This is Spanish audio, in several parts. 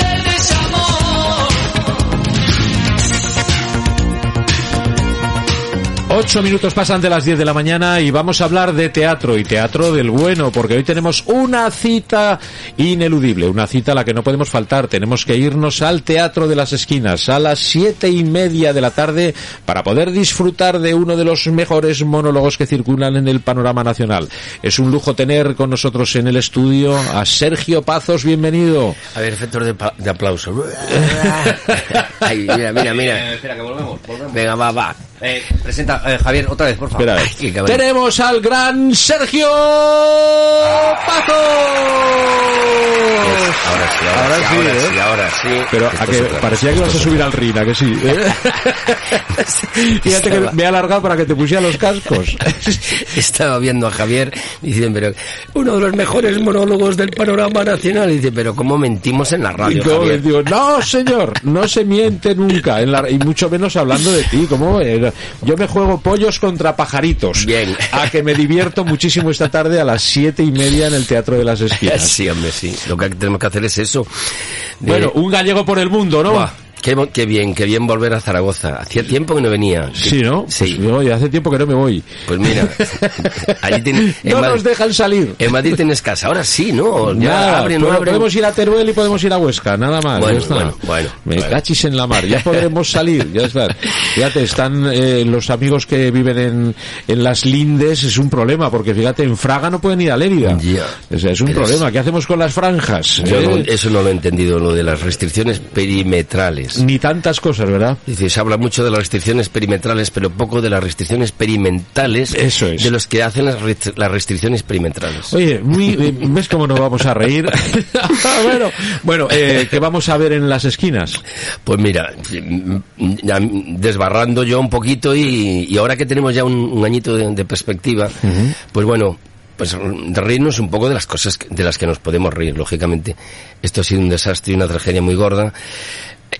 del desamor. Ocho minutos pasan de las 10 de la mañana y vamos a hablar de teatro y teatro del bueno, porque hoy tenemos una cita ineludible, una cita a la que no podemos faltar. Tenemos que irnos al Teatro de las Esquinas a las siete y media de la tarde para poder disfrutar de uno de los mejores monólogos que circulan en el panorama nacional. Es un lujo tener con nosotros en el estudio a Sergio Pazos, bienvenido. A ver, efectos de, pa- de aplauso. Ay, mira, mira, mira. Eh, espera, que volvemos, volvemos. Venga, va, va. Eh, presenta, eh, Javier, otra vez, por favor. Espera, a ver. Ay, qué cabrón. tenemos al gran Sergio Pazos. Ahora sí, Ahora ahora, sí, sí, ahora ¿eh? sí, ahora sí. Pero Esto a es que otra parecía que cosa, ibas a esto es subir al RIN, ¿a que sí. Fíjate que me he alargado para que te pusiera los cascos. otra- Estaba viendo a Javier diciendo, pero uno de los mejores monólogos del panorama nacional. Y dice, pero ¿cómo mentimos en la Y radio? yo Javier? le digo, no, señor, no se miente nunca, en la- y mucho menos hablando de ti. Como eh, yo me juego pollos contra pajaritos. Bien. A que me divierto muchísimo esta tarde a las siete y media en el Teatro de las Esquinas. Sí, hombre, sí. Lo que tenemos que hacer es eso. Bueno, Eh, un gallego por el mundo, ¿no? buah, Qué, bo- qué bien, qué bien volver a Zaragoza. Hacía tiempo que no venía. Sí, ¿no? Sí. Pues yo ya hace tiempo que no me voy. Pues mira, allí tiene- en No Madrid- nos dejan salir. En Madrid tienes casa, ahora sí, ¿no? Pues Ya Nada, abre, no pero abre. podemos ir a Teruel y podemos ir a Huesca, nada más. Bueno, ya está. bueno, bueno, Me bueno. cachis en la mar, ya podremos salir, ya está. Fíjate, están eh, los amigos que viven en, en las lindes, es un problema, porque fíjate, en Fraga no pueden ir a Lérida. Ya. O sea, es un Pero es- problema. ¿Qué hacemos con las franjas? Yo eh? no- eso no lo he entendido, lo de las restricciones perimetrales. Ni tantas cosas, ¿verdad? Dice, se habla mucho de las restricciones perimetrales, pero poco de las restricciones perimentales Eso es. de los que hacen las, restri- las restricciones perimetrales. Oye, muy- eh, ¿ves cómo nos vamos a reír? bueno, bueno eh, ¿qué vamos a ver en las esquinas? Pues mira, mm, ya, mm, desbarrando yo un poquito y, y ahora que tenemos ya un, un añito de, de perspectiva, pues bueno, pues mm, de reírnos un poco de las cosas que- de las que nos podemos reír, lógicamente. Esto ha sido un desastre y una tragedia muy gorda.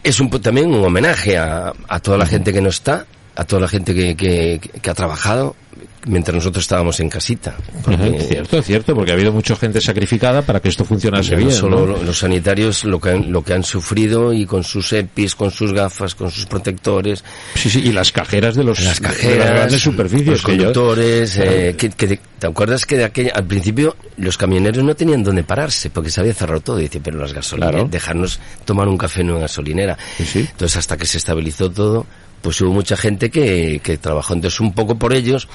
Es un, po- también un homenaje a, a toda la gente que no está, a toda la gente que, que- que ha trabajado mientras nosotros estábamos en casita. Porque- Ujú, Cierto, cierto, porque ha habido mucha gente sacrificada para que esto funcionase ya no bien. solo ¿no? lo- los sanitarios lo que, han, lo que han sufrido y con sus EPIs, con sus gafas, con sus protectores, Sí, sí, y las cajeras de, los, las de las cajeras, grandes superficies. los que yo- conductores, eh, que- que- ¿te acuerdas que de aquella- al principio los camioneros no tenían dónde pararse porque se había cerrado todo? Dice, pero las gasolineras, Claro. dejarnos tomar un café en una gasolinera. Sí, sí. Entonces hasta que se estabilizó todo, pues hubo mucha gente que, que trabajó entonces un poco por ellos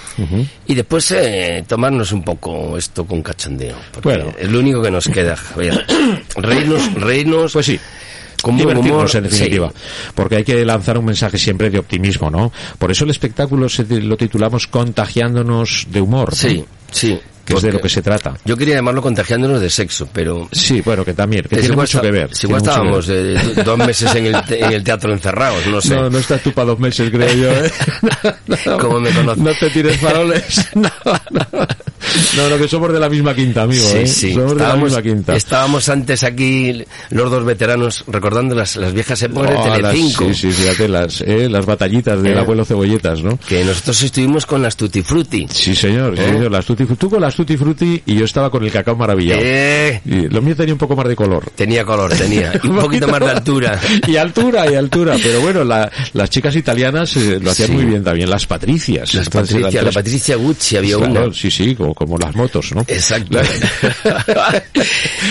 y después eh, tomarnos un poco esto con cachondeo. Porque Bueno. es lo único que nos queda, Javier. Reírnos, reírnos. Pues sí. Con buen humor, divertirnos en definitiva, porque hay que lanzar un mensaje siempre de optimismo, ¿no? Por eso el espectáculo se, lo titulamos contagiándonos de humor, ¿no? Sí, sí. que es de porque- lo que se trata. Yo quería llamarlo contagiándonos de sexo, pero Sí, bueno, que también, que Es tiene igual mucho esta- que ver. es igual tiene mucho estábamos que ver. eh, do- dos meses en el, te- en el teatro encerrados, no sé. No, no estás tú para dos meses, creo yo, ¿eh? ¿Cómo me conoces? No te tires faroles. No, no. No, no, que somos de la misma quinta, amigo, Sí, ¿eh? sí. Somos de la Estábamos, misma quinta. estábamos antes aquí los dos veteranos recordando las, las viejas épocas Oh, de las- Telecinco. sí, sí, fíjate, las, eh, las batallitas del Eh. abuelo Cebolletas, ¿no? Que nosotros estuvimos con las Tutti Frutti. Sí, señor. sí, ¿Eh? señor, las tutti, tú con las Tutti Frutti y yo estaba con el cacao maravillado. Eh, Y lo mío tenía un poco más de color. tenía color, tenía. Y un poquito más de altura. y altura, y altura. Pero bueno, la- las chicas italianas eh, lo hacían Sí. muy bien también. Las Patricias. Las Entonces, Patricia, la entonces- Patricia Gucci había Claro, una. Sí, sí, como, como las motos, ¿no? Exacto.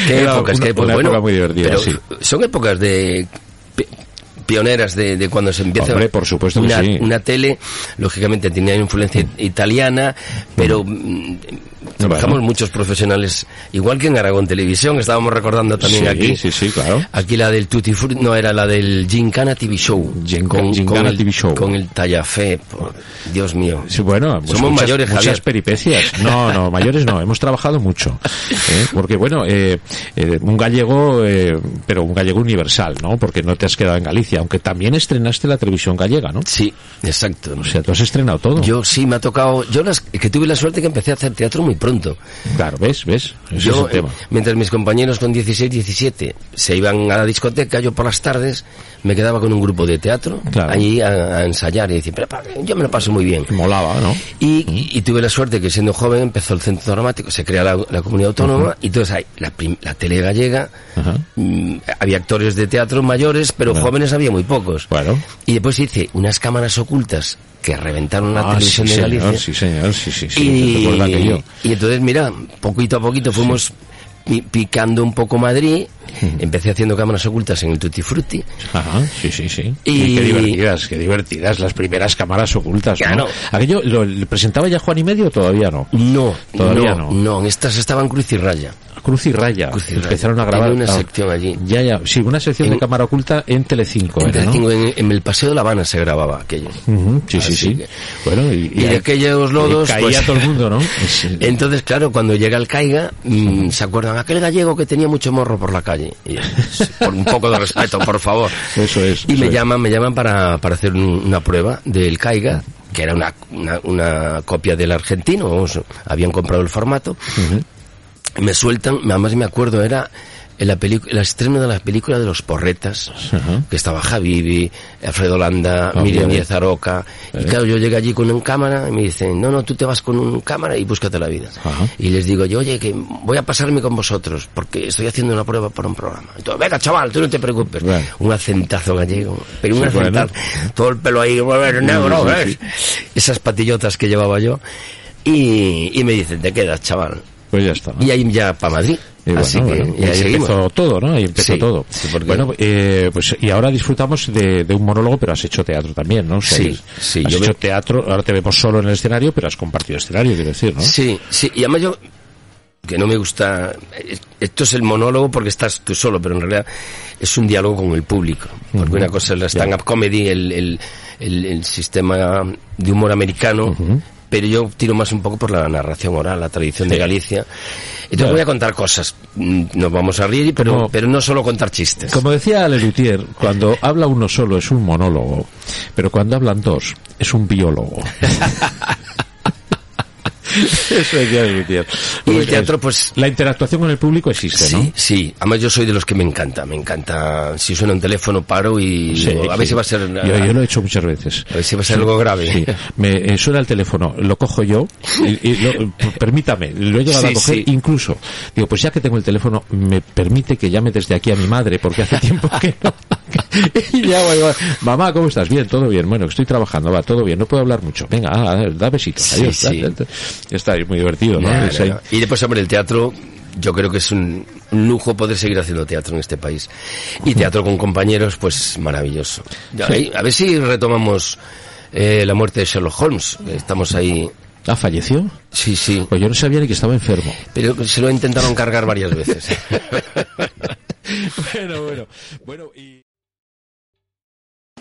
qué Era épocas, una- qué épocas. una bueno, época muy divertida, pero sí. son épocas de pe- pioneras de, de cuando se empieza Hombre, por supuesto que una, sí. Mm. una tele. Lógicamente tenía influencia italiana, pero mm, trabajamos muchos profesionales, igual que en Aragón Televisión, estábamos recordando también Sí, aquí. sí, sí, claro. Aquí la del Tutti Frutti, no, era la del Gincana TV Show. Gin- Gincana el, TV Show. Con el Tallafé, por- Dios mío. Sí, bueno, pues Somos muchas, mayores, muchas Javier. peripecias. No, no, mayores no. Hemos trabajado mucho. ¿eh? Porque, bueno, eh, eh, un gallego, eh, pero un gallego universal, ¿no? Porque no te has quedado en Galicia, aunque también estrenaste la televisión gallega, ¿no? Sí, exacto. O sea, tú has estrenado todo. Yo sí, me ha tocado. Yo las, que tuve la suerte que empecé a hacer teatro muy pronto. Claro, ¿ves? ¿Ves? Ese es Yo, el tema. eh, mientras mis compañeros con 16, 17 se iban a la discoteca, yo por las tardes me quedaba con un grupo de teatro Claro. allí a, a ensayar y decir, pero padre, yo me lo paso muy bien. Molaba, ¿no? Y, Mm. y tuve la suerte que siendo joven empezó el centro dramático, se crea la, la comunidad autónoma y entonces hay la, prim- la tele gallega, Ajá. mm, había actores de teatro mayores, pero Bueno. jóvenes había muy pocos. Bueno. Y después hice unas cámaras ocultas que reventaron la Ah, televisión sí, de señor, Galicia. sí, señor, sí, sí, sí. Y, recuerdo aquello. y entonces, mira, poquito a poquito fuimos pi- picando un poco Madrid. Empecé haciendo cámaras ocultas en el Tutti Frutti. Ajá, sí, sí, sí. Y- qué divertidas, qué divertidas las primeras cámaras ocultas, ¿no? Claro. Aquello, ¿lo le presentaba ya Juan y Medio o todavía no? No, Todavía no. no. en estas estaban cruz y raya. Cruz y Raya. Cruz y Raya. Empezaron a grabar. Tenía una ah, sección allí. Ya, ya. Sí, una sección En- de cámara oculta en Telecinco. En, era, ¿no? Telecinco, en- en el Paseo de La Habana se grababa aquello. Ujú, Sí, sí, Así sí. que- Bueno, y, Y, de aquellos lodos. y caía pues- todo el mundo, ¿no? Es- Entonces, claro, cuando llega el caiga, mm, se acuerdan, aquel gallego que tenía mucho morro por la calle. Y yo, "Sí, por un poco de respeto, por favor. Eso es, Y eso me es. llaman, me llaman para, para hacer un- una prueba del caiga, que era una, una, una copia del argentino, vamos, habían comprado el formato. Me sueltan, además me acuerdo, era en la pelicu- el estreno de la película de los porretas, que estaba Javivi, Alfredo Landa, Ah, Miriam bien. Díaz Aroca. Eh. Y claro, yo llegué allí con un cámara y me dicen, no, no, tú te vas con un cámara y búscate la vida. Ajá. Y les digo yo, oye, que voy a pasarme con vosotros porque estoy haciendo una prueba para un programa. Y todo, venga, chaval, tú no te preocupes. Bueno. Pues, Un acentazo gallego, pero un Sí, bueno. acentazo, todo el pelo ahí, negro, sí, ¿ves? Esas patillotas que llevaba yo. Y, y me dicen, te quedas, chaval. Pues ya está. ¿no? Y ahí ya para Madrid. Y bueno, Así que bueno, y ahí ahí seguimos. empezó todo, ¿no? Ahí empezó Sí, todo. sí, porque- Bueno, eh, pues y ahora disfrutamos de, de un monólogo, pero has hecho teatro también, ¿no? O sea, Sí, has- sí, Has yo hecho me- teatro, ahora te vemos solo en el escenario, pero has compartido escenario, quiero decir, ¿no? Sí, sí, y además yo que no me gusta eh, esto es el monólogo porque estás tú solo pero en realidad es un diálogo con el público porque una cosa es la stand up comedy el, el, el- el sistema de humor americano pero yo tiro más un poco por la narración oral la tradición de Galicia entonces voy a contar cosas Mm, nos vamos a reír pero Como- pero no solo contar chistes Como decía Lelutier, cuando habla uno solo es un monólogo, pero cuando hablan dos es un biólogo. Eso decía Lelutier. Y el Bueno, teatro, es- pues- La interactuación con el público existe, Sí, ¿no? sí. Además yo soy de los que me encanta, me encanta. Si suena un teléfono paro y Sí, digo, a sí. ver si va a ser, Yo, yo lo he hecho muchas veces. a ver si va a ser algo grave. Sí, me eh, suena el teléfono, lo cojo yo, y, y lo- pues, permítame, lo he llegado a Sí, coger sí. incluso. Digo, pues ya que tengo el teléfono, me permite que llame desde aquí a mi madre, porque hace tiempo que no. y ya, voy, voy, mamá, ¿cómo estás? Bien, todo bien, bueno, estoy trabajando, va, todo bien, no puedo hablar mucho. Venga, ah, da besitos, Sí, adiós. sí. da- da- da. Está es muy divertido, ¿no? No, no, Es ahí- no. Y después, hombre, el teatro, yo creo que es un un lujo poder seguir haciendo teatro en este país. Y teatro con compañeros, pues maravilloso. Ya, ahí, A ver si retomamos eh, la muerte de Sherlock Holmes. Estamos ahí. Ah, falleció. Sí, sí. Pues yo no sabía ni que estaba enfermo. Pero se lo intentaron cargar varias veces. bueno, bueno, bueno, y...